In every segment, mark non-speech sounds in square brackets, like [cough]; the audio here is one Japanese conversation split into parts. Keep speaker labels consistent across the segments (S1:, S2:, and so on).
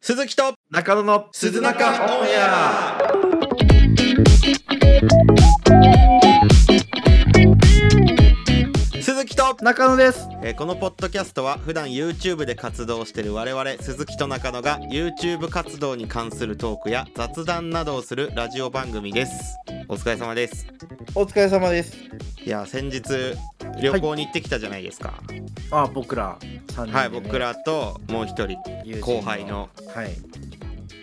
S1: 鈴木と
S2: 中野の
S1: 鈴中オンエア鈴木と、
S2: 中野です。
S1: えーこのポッドキャストは普段 YouTube で活動している我々鈴木と中野が YouTube 活動に関するトークや雑談などをするラジオ番組ですお疲れ様です
S2: お疲れ様です。
S1: いや先日旅行に行ってきたじゃないですかはい、
S2: あ、僕ら三人でね
S1: 僕らともう一人
S2: 友人
S1: 後輩の
S2: はい。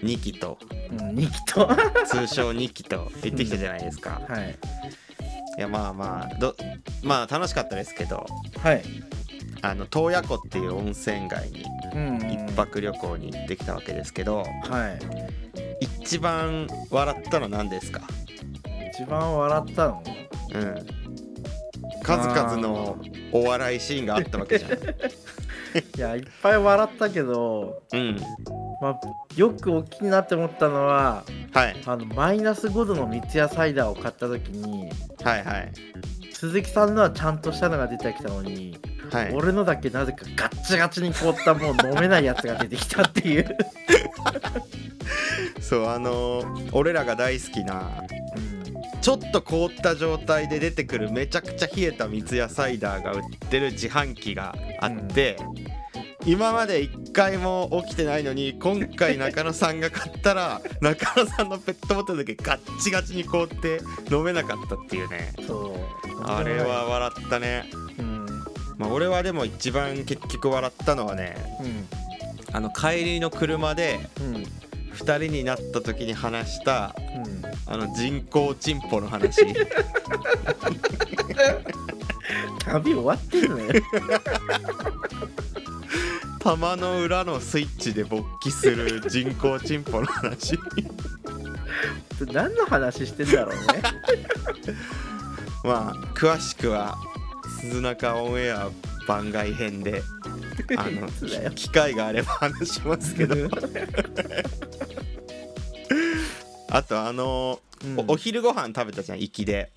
S1: 2期と
S2: うん、二期 [laughs] とは
S1: 通称2期と行ってきたじゃないですか、
S2: い
S1: いやまあまあどまあ楽しかったですけど
S2: はい。
S1: あの洞爺湖っていう温泉街に
S2: うん
S1: 一泊旅行に行ってきたわけですけど
S2: はい。
S1: 一番笑ったの何ですか、
S2: 一番笑ったの。
S1: うん、数々のお笑いシーンがあったわけじゃん。
S2: いやいっぱい笑ったけど、
S1: うん、
S2: まあよく大きいなって思ったのは
S1: はい
S2: あのマイナス5度の三ツ矢サイダーを買った時に。
S1: はいはい
S2: 鈴木さんのはちゃんとしたのが出てきたのに、
S1: はい
S2: 俺のだけなぜかガッチガチに凍ったもう飲めないやつが出てきたっていう、
S1: そうあのー俺らが大好きな
S2: [laughs] うん
S1: ちょっと凍った状態で出てくるめちゃくちゃ冷えた三ツ矢サイダーが売ってる自販機があって、今まで一回も起きてないのに今回中野さんが買ったら中野さんのペットボトルだけガッチガチに凍って飲めなかったっていうね
S2: そう
S1: あれは、笑ったね、
S2: うん
S1: まあ、俺はでも一番結局笑ったのはねあの帰りの車で
S2: うんうん
S1: 2人になった時に話した
S2: うん、
S1: あの人工チンポの話
S2: 旅終わって
S1: [laughs]
S2: るね
S1: 玉の裏のスイッチで勃起する人工チンポの話
S2: 何の話してんだろうね
S1: まあ詳しくは鈴中オンエア番外編
S2: [laughs]
S1: であの
S2: いつだよ
S1: き機会があれば話しますけどあとあのー [laughs] おお昼ご飯食べたじゃん行きで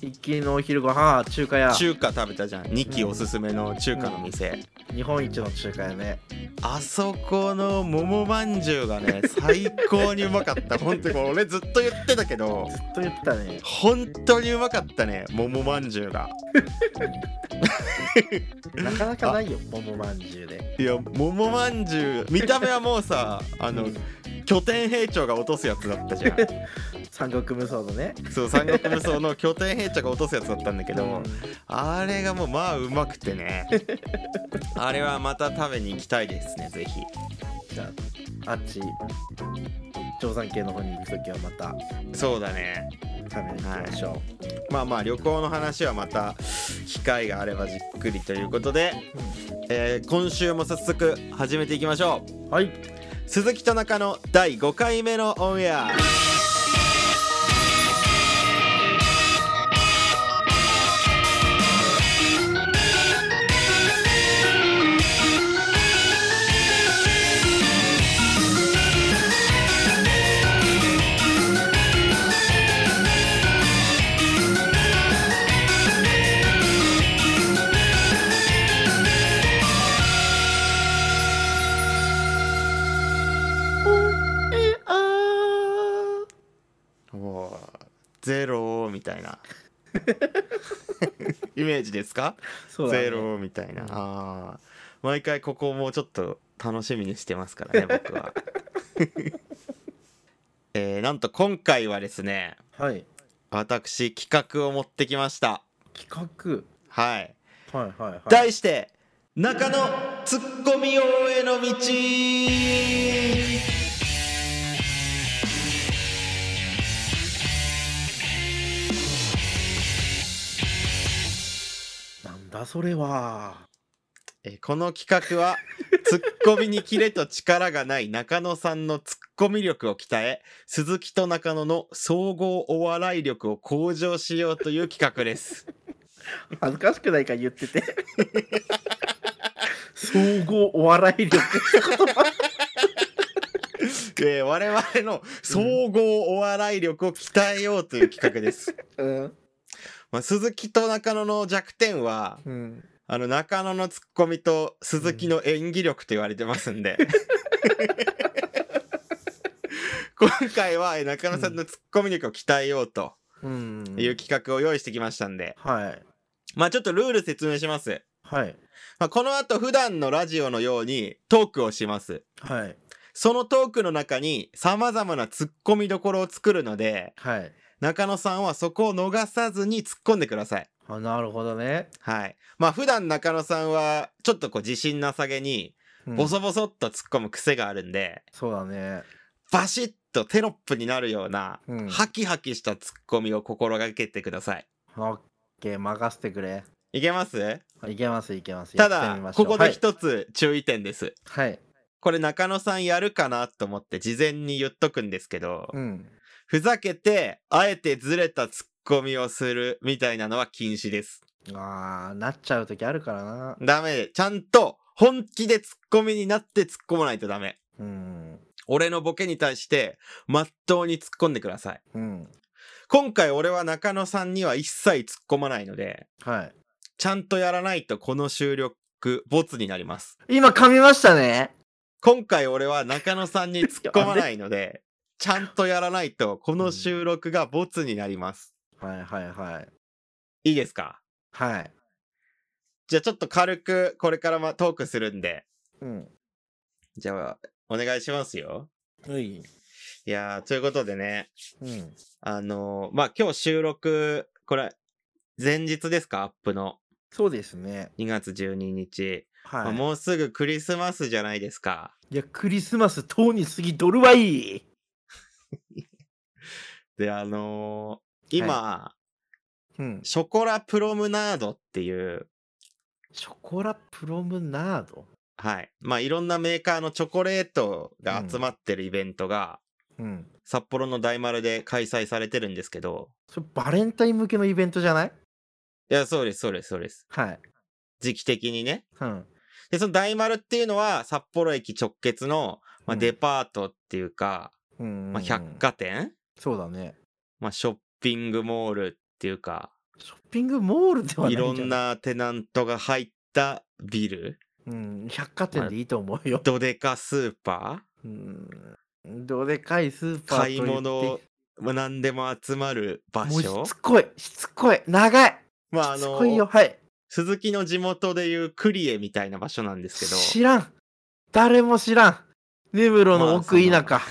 S2: 一気のお昼ご飯は中華屋
S1: 中華食べたじゃん2期おすすめの中華の店、
S2: 日本一の中華屋ね
S1: あそこの桃まんじゅうがね最高にうまかった本当にこれ俺ずっと言ってたけど
S2: ずっと言ってたね
S1: 本当にうまかったね桃まんじゅうが
S2: なかなかないよ桃まんじゅうで
S1: いや桃まんじゅう見た目はもうさあ
S2: あ
S1: の、拠点兵長が落とすやつだったじゃ [laughs] ん
S2: 三国無双のね
S1: そう三国無双の拠点兵長が落とすやつだったんだけ
S2: け
S1: ど、あれがもうまあうまくてねあれはまた食べに行きたいですねぜひ
S2: じゃああっち定山系の方に行く時はまた
S1: そうだね
S2: 食べに行きましょ
S1: まあまあ旅行の話はまた機会があればじっくりということで、えー今週も早速始めていきましょう
S2: うはい、
S1: 鈴木と中の第5回目のオンエアもうゼロみたいな [laughs] イメージですか、
S2: そうだね
S1: ゼロみたいなあー毎回ここもうちょっと楽しみにしてます
S2: [laughs]
S1: からね僕は [laughs] えーなんと今回はですね
S2: はい
S1: 私企画を持ってきました
S2: 企
S1: はい、
S2: 画はいはいはい
S1: 題して中野ツッコミ王への道
S2: なんだそれは
S1: えーこの企画はツッコミにキレと力がない中野さんのツッコミ力を鍛え鈴木と中野の総合お笑い力を向上しようという企画です
S2: 恥ずかしくないから言ってて [laughs] 総合お笑い力
S1: えー我々の総合お笑い力を鍛えようという企画です、
S2: うん
S1: まあ、鈴木と中野の弱点は
S2: うん
S1: あの中 [laughs] 野のツッコミと鈴木の演技力と言われてますんで、回はえ中野さんのツッコミ力を鍛えようと
S2: うん。
S1: いう企画を用意してきましたんで、
S2: はい。
S1: まあちょっとルール説明します。
S2: はい。
S1: まあ、この後普段のラジオのようにトークをします。
S2: はい。
S1: そのトークの中に様々なツッコミどころを作るので、
S2: はい。
S1: 中野さんはそこを逃さずに突っ込んでください。
S2: あ、なるほどね。
S1: はい。まあ普段中野さんはちょっとこう自信なさげに、
S2: うん
S1: ボソボソっと突っ込む癖があるんで、
S2: そうだね。
S1: バシッとテロップになるような、
S2: うん
S1: ハキハキしたツッコミを心がけてください。
S2: オッケー、任せてくれ。
S1: いけます
S2: いけます、いけます。
S1: た
S2: やってみ
S1: だ
S2: ま、しょ
S1: こ
S2: う
S1: こで、一つ注意点です。
S2: はい。はい。
S1: これ中野さんやるかなと思って事前に言っとくんですけど、
S2: うん。
S1: ふざけて、あえてずれたツッコミをするみたいなのは禁止です。
S2: あー、なっちゃう時あるからな。
S1: ダメで、ちゃんと本気でツッコミになって突っ込まないとダメ。
S2: うん。
S1: 俺のボケに対して、まっとうに突っ込んでください。
S2: うん。
S1: 今回俺は中野さんには一切突っ込まないので、
S2: はい。
S1: ちゃんとやらないとこの収録、ボツになります。
S2: 今噛みましたね。
S1: 今回俺は中野さんに突っ込ま [laughs] ないので、ちゃんとやらないとこの収録がボツになります。
S2: はいはいはい。
S1: いいですか
S2: はい。
S1: じゃあちょっと軽くこれからまトークするんで、
S2: うん。
S1: じゃあお願いしますよ。
S2: はい。
S1: いやー、ということでね、
S2: うん。
S1: あのーまあ、今日収録、これ、前日ですかアップの。
S2: そうですね。
S1: 2月12日。ま
S2: は
S1: あ
S2: い。
S1: もうすぐクリスマスじゃないですか。
S2: いや、クリスマスとうに過ぎとるわい。
S1: で、あのー今、
S2: うん。
S1: ショコラプロムナードっていう、
S2: ショコラプロムナード。
S1: はい。まあ、いろんなメーカーのチョコレートが集まってるイベントが、
S2: うん。
S1: 札幌の大丸で開催されてるんですけど、
S2: それバレンタイン向けのイベントじゃない
S1: いや、そうです、そうです、そうです。
S2: はい。
S1: 時期的にね。
S2: うん。
S1: で、その大丸っていうのは、札幌駅直結の、ま
S2: う
S1: あ、
S2: ん
S1: デパートっていうか、
S2: うん、
S1: まあ、百貨店、
S2: そうだね。
S1: まあ、ショッピングモールっていうか、
S2: ショッピングモールではない
S1: い
S2: じゃ
S1: ろん。なテナントが入ったビル、
S2: うん、百貨店でいいと思うよ。
S1: ドデカスーパ
S2: うん。どでかいスー
S1: ー、
S2: パーと
S1: 買い
S2: 言って
S1: 物、まあ、何でも集まる場
S2: も
S1: 所
S2: うしつこい、しつこい、長い。
S1: まあ、あ
S2: しつこいよ、
S1: の、
S2: はい。
S1: 鈴木の地元でいうクリエみたいな場所なんですけど、
S2: 知らん。誰も知らん。根室の奥田舎。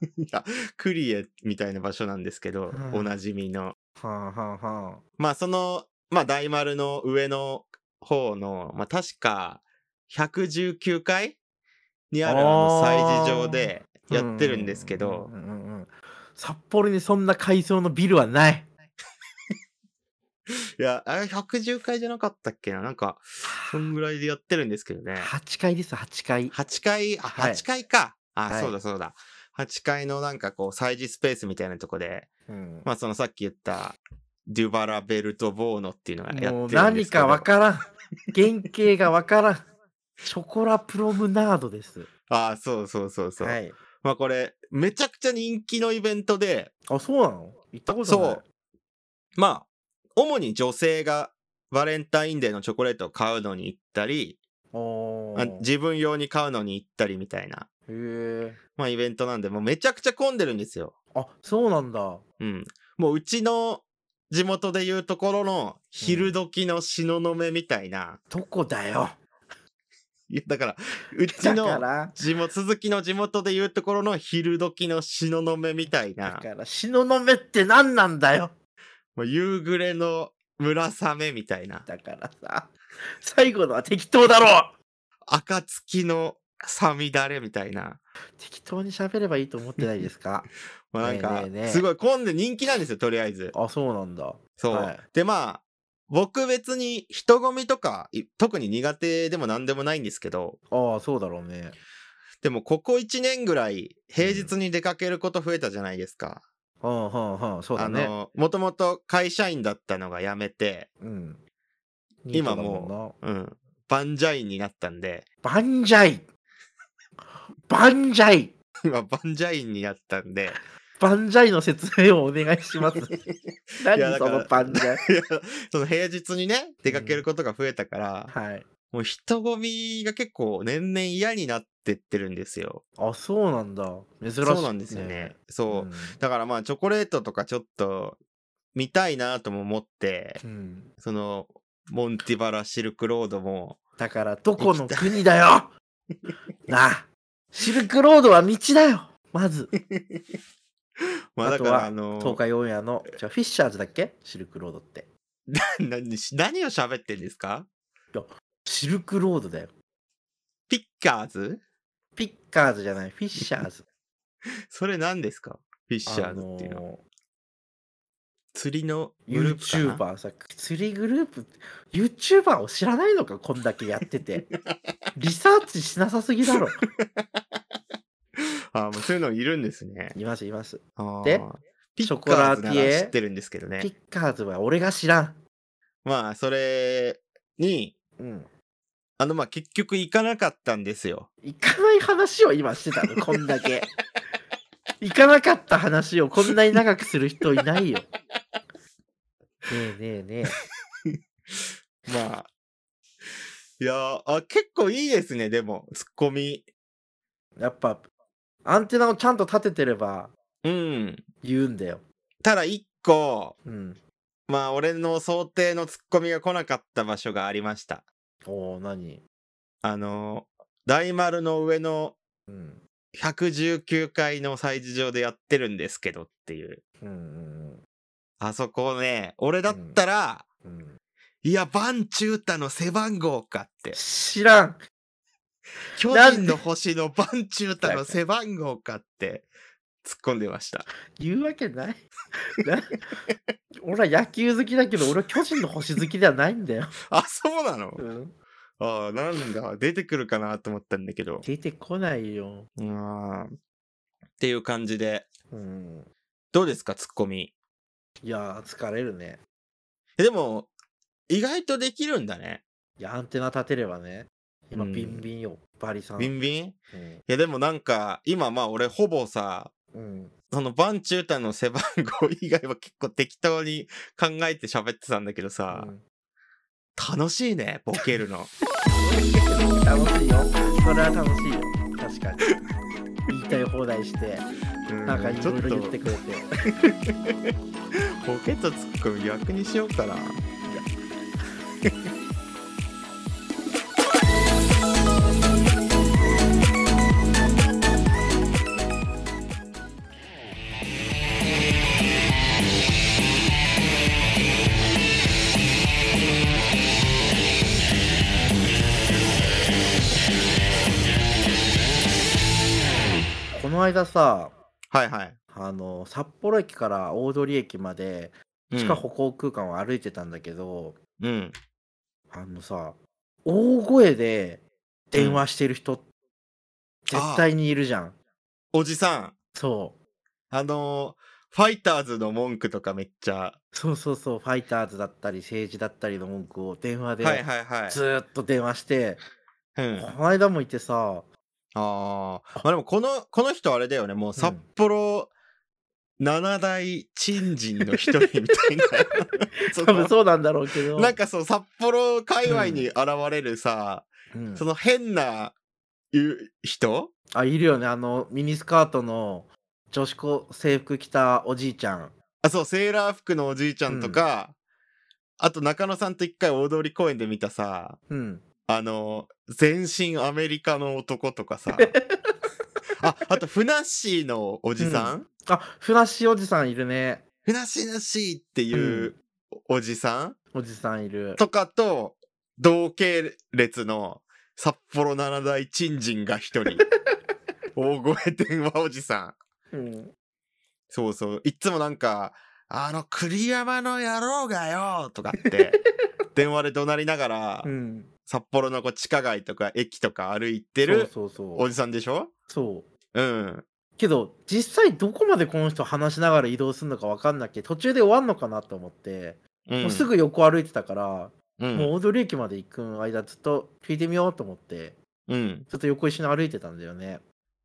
S2: [laughs]
S1: いや [laughs] クリエみたいな場所なんですけど、
S2: うん
S1: おなじみの。
S2: はあはあはあ。
S1: まあ、その、まあ、大丸の上の方の、まあ、確か、119階にあるあの催
S2: あー
S1: 事場でやってるんですけど
S2: う、んうんうんうん札幌にそんな階層のビルはない
S1: いや、あれ110階じゃなかったっけななんか、そんぐらいでやってるんですけどね。
S2: 8階です8階
S1: 8階、あ、
S2: はい
S1: 8階か。あ、
S2: はい
S1: そうだそうだ。8階のなんかこう、催事スペースみたいなとこで、
S2: うん
S1: まあそのさっき言った、デュバラ・ベルト・ボーノっていうのがやってるん
S2: も
S1: で
S2: う
S1: すけど。
S2: 何かわからん原型がわ
S1: [laughs]
S2: からんショコラプロムナードです
S1: ああ、そうそうそうそう。
S2: はい
S1: まあこれ、めちゃくちゃ人気のイベントで、
S2: あそうなの行ったことな
S1: そ
S2: い
S1: うまあ、主に女性がバレンタインデーのチョコレートを買うのに行ったり、
S2: お
S1: あ
S2: ーへ
S1: 自分用に買うのに行ったりみたいな、
S2: え
S1: まあイベントなんで、もうめちゃくちゃ混んでるんですよ。
S2: あそうなんだ
S1: うん。もううちの地元でいうところの昼時の東雲みたいな。
S2: どこだよ
S1: いや、だから、うち
S2: だか
S1: の
S2: ら
S1: 地元、鈴木の地元でいうところの昼時の東雲みたい
S2: だ
S1: な、
S2: から東雲って何なんだよ
S1: もう夕暮れの村雨みたいな、
S2: だからさ最後のは適当だろう
S1: 暁のさみだれみたいな、
S2: 適当に喋ればいいと思ってないですか
S1: まあ、なん
S2: ね
S1: か
S2: えねえねえ
S1: すごい混んで人気なんですよ、とりあえず。
S2: あそうなんだ
S1: そう。
S2: はい
S1: で、まあ、僕別に人混みとかい特に苦手でも何でもないんですけど、
S2: ああそうだろうね
S1: でもここ1年ぐらい平日に出かけること増えたじゃないですか。
S2: うんうんうんそうだ
S1: あ
S2: ね
S1: の、もともと会社員だったのが辞めて、
S2: うん
S1: 今
S2: ニートだんな
S1: うん、バンジャインになったんで、 [laughs]
S2: バンジャイバンジャイ
S1: 今バンジャインになったんで、 [laughs]
S2: バンジャイの説明をお願いします
S1: いやだ
S2: 何
S1: か
S2: そ
S1: ら
S2: のバンジャイ
S1: いやその平日にね、出かけることが増えたから、
S2: はい
S1: もう人混みが結構年々嫌になっってってるんですよ。
S2: あ、そうなんだ。珍しい、ね。
S1: そうなんですよね。そう、
S2: うん。
S1: だからまあチョコレートとかちょっと見たいなとも思って
S2: うん
S1: そのモンティバラシルクロードも
S2: だから、どこの国だよなあ。シルクロードは道だよ。まず、
S1: まあ
S2: あ
S1: だ
S2: と
S1: か
S2: は
S1: らあの
S2: 東海オンエアの、じゃあフィッシャーズだっけシルクロードって。
S1: [laughs] 何し何を喋ってんですか
S2: シルクロードだよ。
S1: ピッカーズ
S2: ピッカーズじゃない、フィッシャーズ。
S1: それ何ですかフィッシャー
S2: あ
S1: ズっていうのは、
S2: の
S1: 釣りのグループかな
S2: YouTuber さ、釣りグループ、YouTuber を知らないのか、こんだけやってて。
S1: [laughs]
S2: リサーチしなさすぎだろ。
S1: あーもうそういうのいるんですね
S2: います、います。
S1: あー
S2: で
S1: ピ
S2: ショ
S1: ッ
S2: コ
S1: カー
S2: ラ
S1: ズ
S2: テ
S1: な
S2: ィエ
S1: ら知ってるんですけどね
S2: ピッカーズは俺が知らん。
S1: まあそれに
S2: うん。
S1: あのまあ結局行かなかったんですよ
S2: 行かない話を今してたの、こんだけ。行かなかった話をこんなに長くする人いないよ。ねえねえねえ。
S1: まあ。 [laughs] いやーあ、結構いいですね、でも、ツッコミ。
S2: やっぱ、アンテナをちゃんと立ててれば
S1: うん。
S2: 言うんだよ。
S1: ただ一個、
S2: うん。
S1: まあ、俺の想定のツッコミが来なかった場所がありました。
S2: おお何
S1: あのー、大丸の上の
S2: うん。
S1: 119階の催事場でやってるんですけどっていう。
S2: うんうん
S1: あそこね、俺だったら、
S2: うんうん。
S1: いや、バンチュータの背番号かって。
S2: 知らん。
S1: 巨
S2: なんで
S1: 人の星のバンチュータの背番号かって、突っ込んでました。
S2: 言うわけない。 [laughs] な俺は野球好きだけど、俺は巨人の星好きではないんだよ。
S1: あ、 [laughs] そうなの
S2: うん、
S1: ああ、なんだ、出てくるかなと思ったんだけど。
S2: 出てこないよ。
S1: うーん。っていう感じで、
S2: うん、
S1: どうですか、ツッコミ。
S2: いやー、疲れるね。
S1: えでも、意外とできるんだね。
S2: いや、アンテナ立てればね。今、
S1: うん
S2: ビンビンよ、バリさん。
S1: ビンビンい
S2: うん
S1: や、でもなんか、今、まあ俺、ほぼさ、
S2: うん、
S1: そのバンチュータの背番号以外は結構適当に考えて喋ってたんだけどさ、
S2: うん
S1: 楽しいね、ボケ
S2: [laughs]
S1: るの。
S2: 楽しいよ。それは楽しいよ。確かに。
S1: [laughs]
S2: 言いたい放題して、
S1: う
S2: なんかい
S1: ちょ
S2: ろ
S1: っ
S2: い
S1: と
S2: ろ言ってくれて。
S1: ボケとツッコミ逆にしようかな。
S2: この間さ、
S1: はいはい。
S2: あの札幌駅から大通駅まで
S1: うん
S2: 地下歩行空間を歩いてたんだけど、
S1: うん。
S2: あのさ大声で電話してる人絶対にいるじゃん、
S1: おじさん。
S2: そ
S1: あのーファイターズの文句とかめっちゃ。
S2: うそうそうそうファイターズだったり政治だったりの文句を電話で
S1: はいはいはい。
S2: ずーっと電話して、
S1: うん、あ
S2: この間もいてさ
S1: あー。まあでもこの、この人あれだよね。もう札幌七大珍人の一人みたい
S2: [laughs]
S1: な。そ
S2: 多分
S1: の
S2: そうなんだろうけど
S1: なんかそう、札幌界隈に現れるさ、
S2: うん
S1: その変ないう人
S2: あいるよねあのミニスカートの女子校制服着たおじいちゃん
S1: あ、そう、セーラー服のおじいちゃんとか、あと中野さんと一回大通公園で見たさ、
S2: うん
S1: あの、全身アメリカの男と
S2: [laughs]
S1: かさ。あ、あと、ふなっしーのおじさん、
S2: あふなっしーおじさんいるね
S1: ふなっしーなっしーっていうおじさん
S2: おじさんいる
S1: とかと、同系列の札幌七大珍人が一
S2: [laughs]
S1: 人。大声電話おじさん。
S2: うん、
S1: そうそう。いっつもなんか、あの、栗山の野郎がよとか
S2: [laughs]
S1: って、電話で怒鳴りながら、
S2: うん、
S1: 札幌のこう地下街とか駅とか歩いてる
S2: そうそうそ
S1: お
S2: う
S1: じさんでしょ
S2: そう
S1: うん。
S2: けど実際どこまでこの人話しながら移動するのか分かんなくて途中で終わんのかなと思って、
S1: うん
S2: もうすぐ横歩いてたから、
S1: うん
S2: もう大通駅まで行く間ずっと聞いてみようと思って
S1: うん、
S2: ずっと横一緒に歩いてたんだよね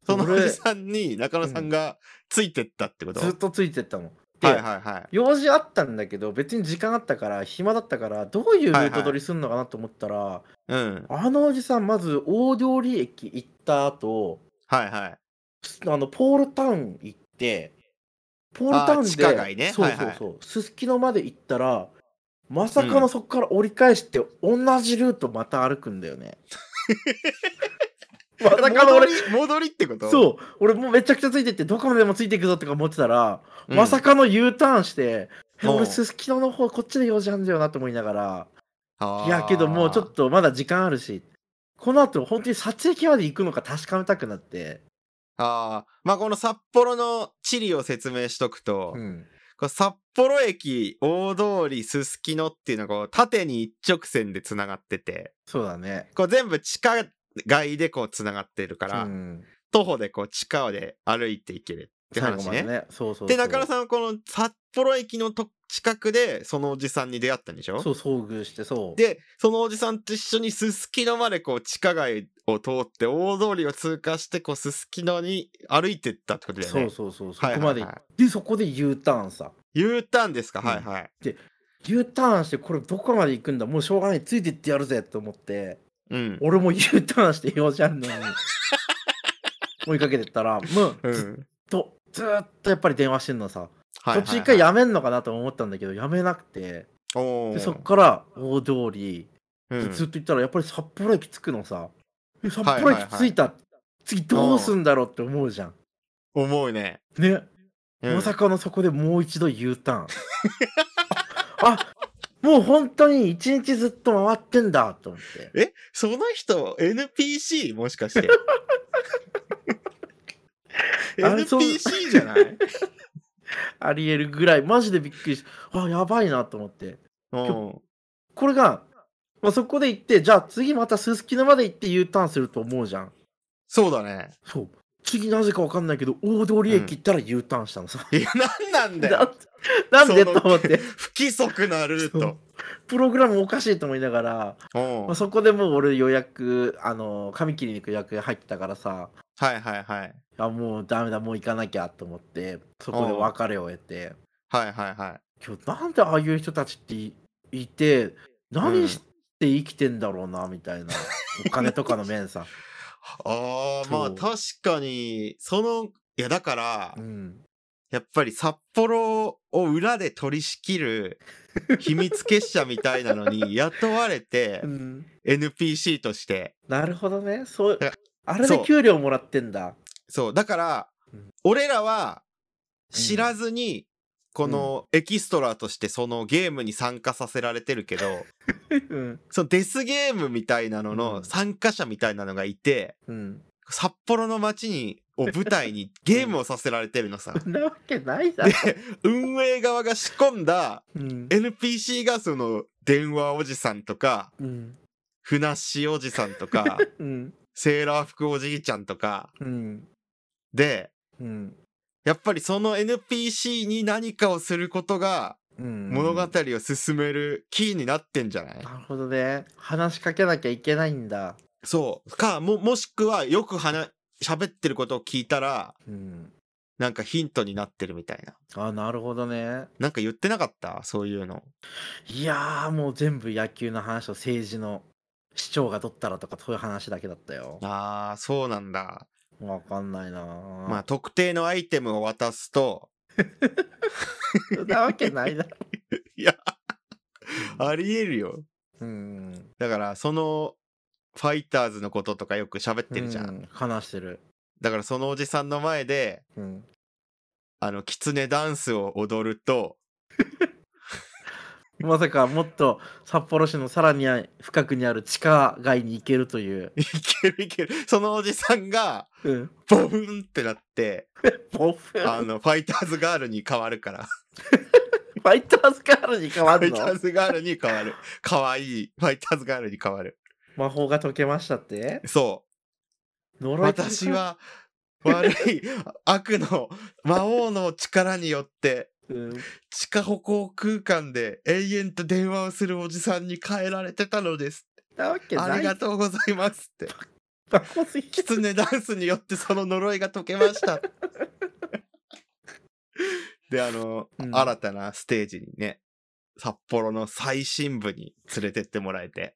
S1: そのお
S2: 俺
S1: じさんに中野さんがついてったってこと、
S2: ずっとついてったのて、
S1: はいはいはい
S2: 用事あったんだけど別に時間あったから暇だったからどういうルート取りすんのかなと思ったら、
S1: うん
S2: あのおじさんまず大通り駅行った後
S1: はいはい
S2: あのポールタウン行ってポールタウン
S1: あー
S2: で
S1: 地下街ね
S2: そう
S1: はい
S2: そ
S1: は
S2: う
S1: い
S2: そうすすきのまで行ったらまさかのそこから折り返して、同じルートまた歩くんだよ
S1: [laughs]
S2: ねまさかの
S1: 戻
S2: 俺
S1: り戻りってことう
S2: そう俺もうめちゃくちゃついてってどこまでもついていくぞとか思ってたら、まさ
S1: か
S2: かの U ターンしてえ
S1: う
S2: 俺
S1: ん
S2: すすきのの方こっちで用事あんだよなと思いながらいやけどもうちょっとまだ時間あるしこの後本当に撮影機まで行くのか確かめたくなって、
S1: ああまあこの札幌の地理を説明しとくと、
S2: うん
S1: こう札幌駅大通りすすきのっていうのがこう縦に一直線でつながってて
S2: そうだね
S1: こう全部地下街でこうつながってるから、
S2: うん
S1: 徒歩でこう地下で歩いていけるって話ね。
S2: 最後までねそうそうそう
S1: で中野さんはこの札幌駅のと近くでそのおじさんに出会ったんでしょ
S2: そう遭遇してそう
S1: でそのおじさんと一緒にすすきのまでこう地下街を通って大通りを通過してこうすすきのに歩いてったってことだよね。
S2: そうそうそうそ
S1: はいは
S2: こま
S1: い
S2: で
S1: は
S2: 行っ
S1: い、
S2: てそこで U ターンさ
S1: U ターンですか、
S2: うん
S1: はいはい。
S2: U ターンしてこれどこまで行くんだもうしょうがないついてってやるぜと思って
S1: うん。
S2: 俺も U ターンして用事あるのに [laughs] 追いかけてったらもう
S1: う
S2: ずっ
S1: ん。
S2: とずーっとやっぱり電話してんのさ
S1: はいはいは
S2: 途
S1: い
S2: 中一回やめんのかなと思ったんだけどやめなくて
S1: おー
S2: でそっから大通り
S1: う
S2: で
S1: ん
S2: ずっと行ったらやっぱり札幌駅着くのさえ札
S1: はい
S2: 幌
S1: はいはい
S2: 駅着いた次どうすんだろうって思うじゃん
S1: 思うね。
S2: ね
S1: うん
S2: まさかのそこでもう一度 U ターンあもう本当に一日ずっと回ってんだと思って
S1: えその人 NPC もしかして
S2: [laughs] あれそう
S1: NPC じゃ
S2: [laughs]
S1: ない
S2: ありえるぐらいマジでびっくりしたあやばいなと思って
S1: うん
S2: これが、まあ、そこで行ってじゃあ次またすすきのまで行って U ターンすると思うじゃん
S1: そうだね。
S2: そう次なぜかわかんないけど大通り駅行ったら U ターンしたのさ、
S1: いや、なんなんだ
S2: な
S1: よ。
S2: んなんで
S1: そ
S2: と
S1: の
S2: 思って
S1: 不規則なルー
S2: そう
S1: ト。
S2: プログラムおかしいと思いながら、
S1: うん
S2: まあ、そこでもう俺予約あの髪切りに行く予約入ってたからさ
S1: はいはいはい。
S2: あもうダメだもう行かなきゃと思ってそこで別れを得て
S1: はいはいはい。
S2: 今日なんでああいう人たちっていいて何して生きてんだろうなみたい [laughs] な、お金とかの面さ、
S1: ああ、まあ
S2: そう
S1: 確かに、その、いやだから
S2: う、ん、
S1: やっぱり札幌を裏で取り仕切る秘密結社みたいなの
S2: [laughs]
S1: に雇われて
S2: う、ん
S1: NPC として。
S2: なるほどねそう
S1: だか
S2: あれ
S1: そ
S2: で
S1: う
S2: 給料もらってんだ
S1: そう、だから
S2: うん、
S1: 俺らは知らずに、このエキストラとしてそのゲームに参加させられてるけど、
S2: [laughs] うん、
S1: そのデスゲームみたいなの
S2: う
S1: の
S2: ん
S1: 参加者みたいなのがいて、
S2: うん、
S1: 札幌の街に、を舞台にゲームをさせられてるのさ。
S2: そんなわけないだろ、
S1: 運営側が仕込んだ
S2: [laughs] うん、
S1: NPC がその電話おじさんとか、
S2: うん
S1: ふなっしーおじさんと
S2: [laughs]
S1: か、
S2: うん
S1: セーラー服おじいちゃんとか、
S2: うん
S1: で、
S2: うん
S1: やっぱりその NPC に何かをすることが
S2: うん
S1: 物語を進めるキーになってんじゃない、
S2: なるほどね。話しかけなきゃいけないんだ。
S1: そう。か、も、もしくはよく話、喋ってることを聞いたら、
S2: うん。
S1: なんかヒントになってるみたいな。
S2: あ、なるほどね。
S1: なんか言ってなかったそういうの。
S2: いやー、もう全部野球の話と政治の市長が取ったらとかそういう話だけだったよ。
S1: ああ、そうなんだ。
S2: わかんないなー。
S1: まあ、特定のアイテムを渡すと、
S2: そんなわけないだろ。
S1: ありえるよ。
S2: うん。
S1: だから、その、ファイターズのこととかよく喋ってるじゃん。
S2: うん話してる。
S1: だから、そのおじさんの前で、
S2: うん。
S1: あの、狐ダンスを踊ると、 [laughs]
S2: まさかもっと札幌市のさらに深くにある地下街に行けるという。
S1: いけるいける。そのおじさんが、
S2: うん。
S1: ボフンってなって、
S2: ボフ
S1: あ
S2: フ
S1: の、ファイターズガールに変わる
S2: [laughs]
S1: から。
S2: ァイターズカールに変
S1: [laughs] フ
S2: わ
S1: ァ
S2: る
S1: イタ
S2: の
S1: ーズガールに変わる。可愛いファイターズガールに変わる。
S2: 魔法が解けましたって
S1: そ
S2: 呪
S1: う。
S2: い解けまし
S1: 私
S2: た
S1: は、悪い、悪の、魔王の力によって、
S2: うん
S1: 地下歩行空間で永遠と電話をするおじさんに変えられてたのです。
S2: なわけない
S1: ありがとうございますって。
S2: バカすぎ
S1: キ
S2: [laughs]
S1: ツネダンスによってその呪いが解けました。で、あの、
S2: うん
S1: 新たなステージにね、札幌の最深部に連れてってもらえて、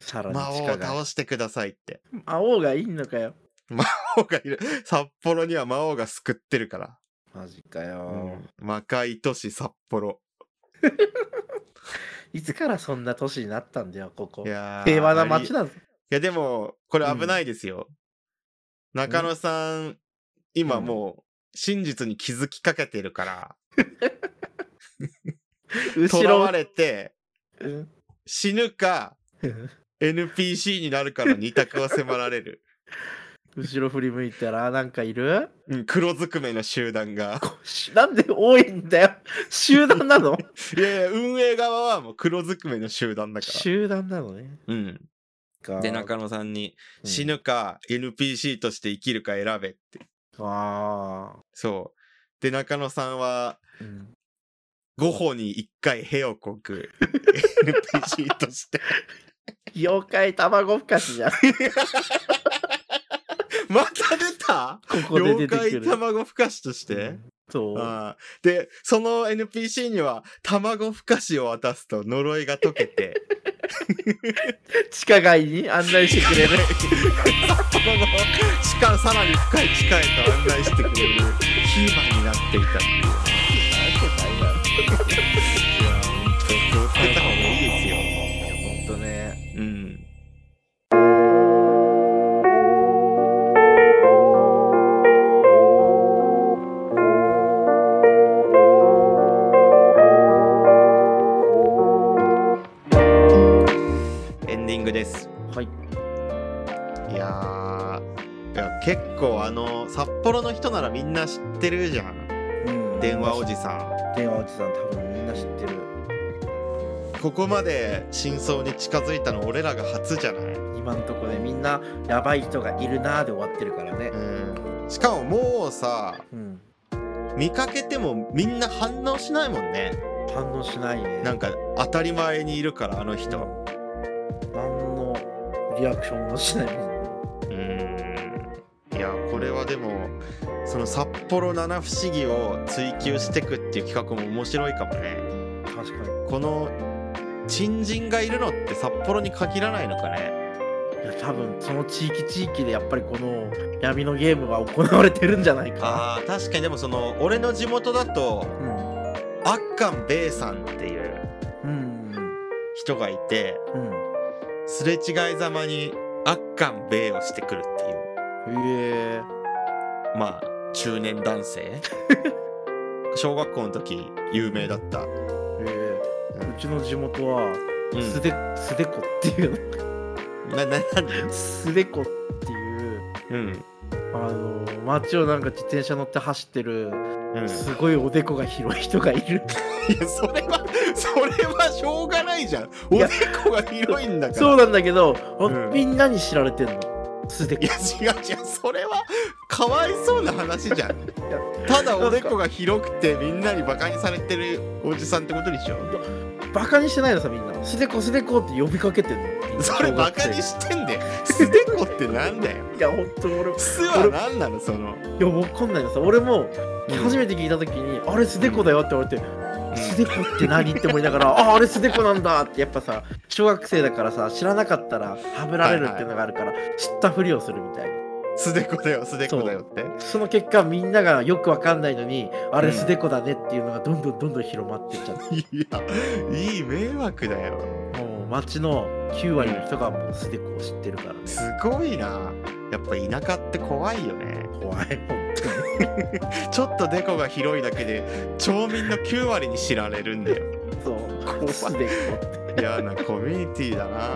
S2: さらに
S1: 魔王を
S2: 地下が。
S1: 倒してくださいって。
S2: 魔王がいんのかよ。
S1: 魔王がいる。札幌には魔王が救ってるから。
S2: マジか
S1: う
S2: よ、
S1: ん、魔界都市札幌。
S2: いつからそんな都市になったんだよ、ここ
S1: い。やー
S2: 平和な
S1: あり
S2: 街だぞ。
S1: いやでもこれ
S2: うん
S1: 危ないですよ、中野さん今もう真実に気づきかけてるから
S2: 後
S1: 囚わ
S2: ろ。
S1: れて
S2: うん
S1: 死ぬか NPC になるかの二択を迫られ [laughs] る、
S2: 後ろ振り向いたら、なんかいる
S1: うん、黒ずくめの集団が
S2: こしなんで多いんだよ。集団なの
S1: いやいや運営側はもう黒ずくめの集団だか
S2: 集団なのね。
S1: ら、うん、で中野さんに
S2: うん
S1: 死ぬか NPC として生きるか選べって
S2: ああ。
S1: そうで中野さんは
S2: うん
S1: 5歩に1回屁をこ [laughs] く NPC として
S2: 妖怪卵ふかしじ [laughs] ゃん。こ
S1: また出た
S2: こで出
S1: 妖
S2: てく
S1: 怪
S2: る。
S1: 卵ふかしとして、
S2: そう。
S1: ああでその NPC には卵ふかしを渡すと呪いが解けて
S2: 地下街に案内してくれ
S1: こ
S2: る。
S1: の地下さらに深い地下へと案内してくれるヒーマンになっていたっていういや本当気をつけた方がいいですよ
S2: ほんとね。
S1: うんエンディングです
S2: はい。
S1: いやーいや結構あの札幌の人ならみんな知ってるじゃん
S2: うん
S1: 電話おじさん
S2: 電話おじさん多分みんな知ってる。
S1: ここまで真相に近づいたの俺らが初じゃない
S2: 今んとこでみんなやばい人がいるなーで終わってるからね。
S1: うんしかももうさ
S2: うん。
S1: 見かけてもみんな反応しないもんね
S2: 反応しないね。
S1: なんか当たり前にいるからあの人
S2: 何のリアクションもしないみんな
S1: うーんいやこれはでもその札幌七不思議を追求してくっていう企画も面白いかもね
S2: 確かに
S1: この珍人がいるのって札幌に限らないのかね
S2: いや多分その地域地域でやっぱりこの闇のゲームが行われてるんじゃないか
S1: あー確かにでもその俺の地元だと
S2: うん
S1: アッカンベイさんっていう
S2: うん
S1: 人がいて
S2: うん
S1: すれ違いざまにアッカンベイをしてくるっていう
S2: ええ
S1: まあ中年男 [laughs] 性小学校の時有名だった、う
S2: え
S1: う
S2: えうちの地元はす
S1: ん、
S2: で、すでこっていう
S1: なな何
S2: のすでこっていう
S1: うん
S2: あの街をなんか自転車乗って走ってる
S1: うん
S2: すごいおでこが広い人がいる
S1: いやそれはそれはしょうがないじゃんお
S2: い
S1: で
S2: や
S1: こが広いんだから
S2: そうなんだけど、あ
S1: うん
S2: みんなに知られてんのすでこ
S1: いや違う違うそれはかわいそうな話じゃん
S2: や
S1: ただおでこが広くてみんなにバカにされてるおじさんってことでしょ
S2: バカにしてないのさみんなすでこすでこって呼びかけてんの
S1: それバカに
S2: し
S1: してんだよすでこってなんだよ
S2: いや本当俺
S1: すは何なのその、
S2: いや、わかんないのさ、俺も
S1: うん
S2: 初めて聞いたときに、あれ、スデコだよって言われて、
S1: うん
S2: スデコって何って思いながら、あ、あれ、スデコなんだって、やっぱさ、小学生だからさ、知らなかったら、はぶられるっていうのがあるから、知ったふりをするみたいな。
S1: すでこだよすでこだよって
S2: その結果、みんながよくわかんないのに、あ
S1: う
S2: れ、
S1: ん
S2: スデコだねっていうのが、どんどんどんどん広まってっちゃって、
S1: いやいい迷惑だよ
S2: もう、街の9割の人がもうスデコを知ってるからね。
S1: すごいなやっぱ田舎って怖いよね
S2: 怖い、本当に。
S1: ちょっとデコが広いだけで町民の9割に知られるんだよ
S2: そう、スデ
S1: 嫌なコミュニティだな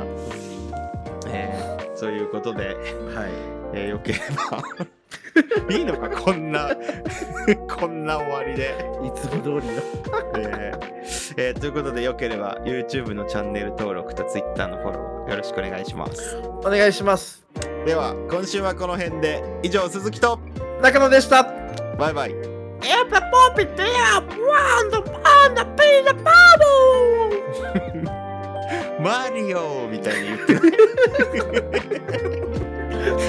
S1: えー、そういうことで、
S2: コ。はい。
S1: えー、よければいいのかこんな [laughs] こんな終わりで、
S2: いつも通りの。
S1: えーえーということでよければ YouTube のチャンネル登録と Twitter のフォローよろしくお願いします
S2: お願いします。
S1: では今週はこの辺で以上鈴木と
S2: 中野でした。
S1: バイバイ
S2: If the puppy there, round the on the pin the bubble.
S1: マリオみ [laughs]
S2: [laughs]
S1: たいに言ってる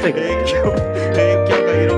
S1: 影響影響が広がる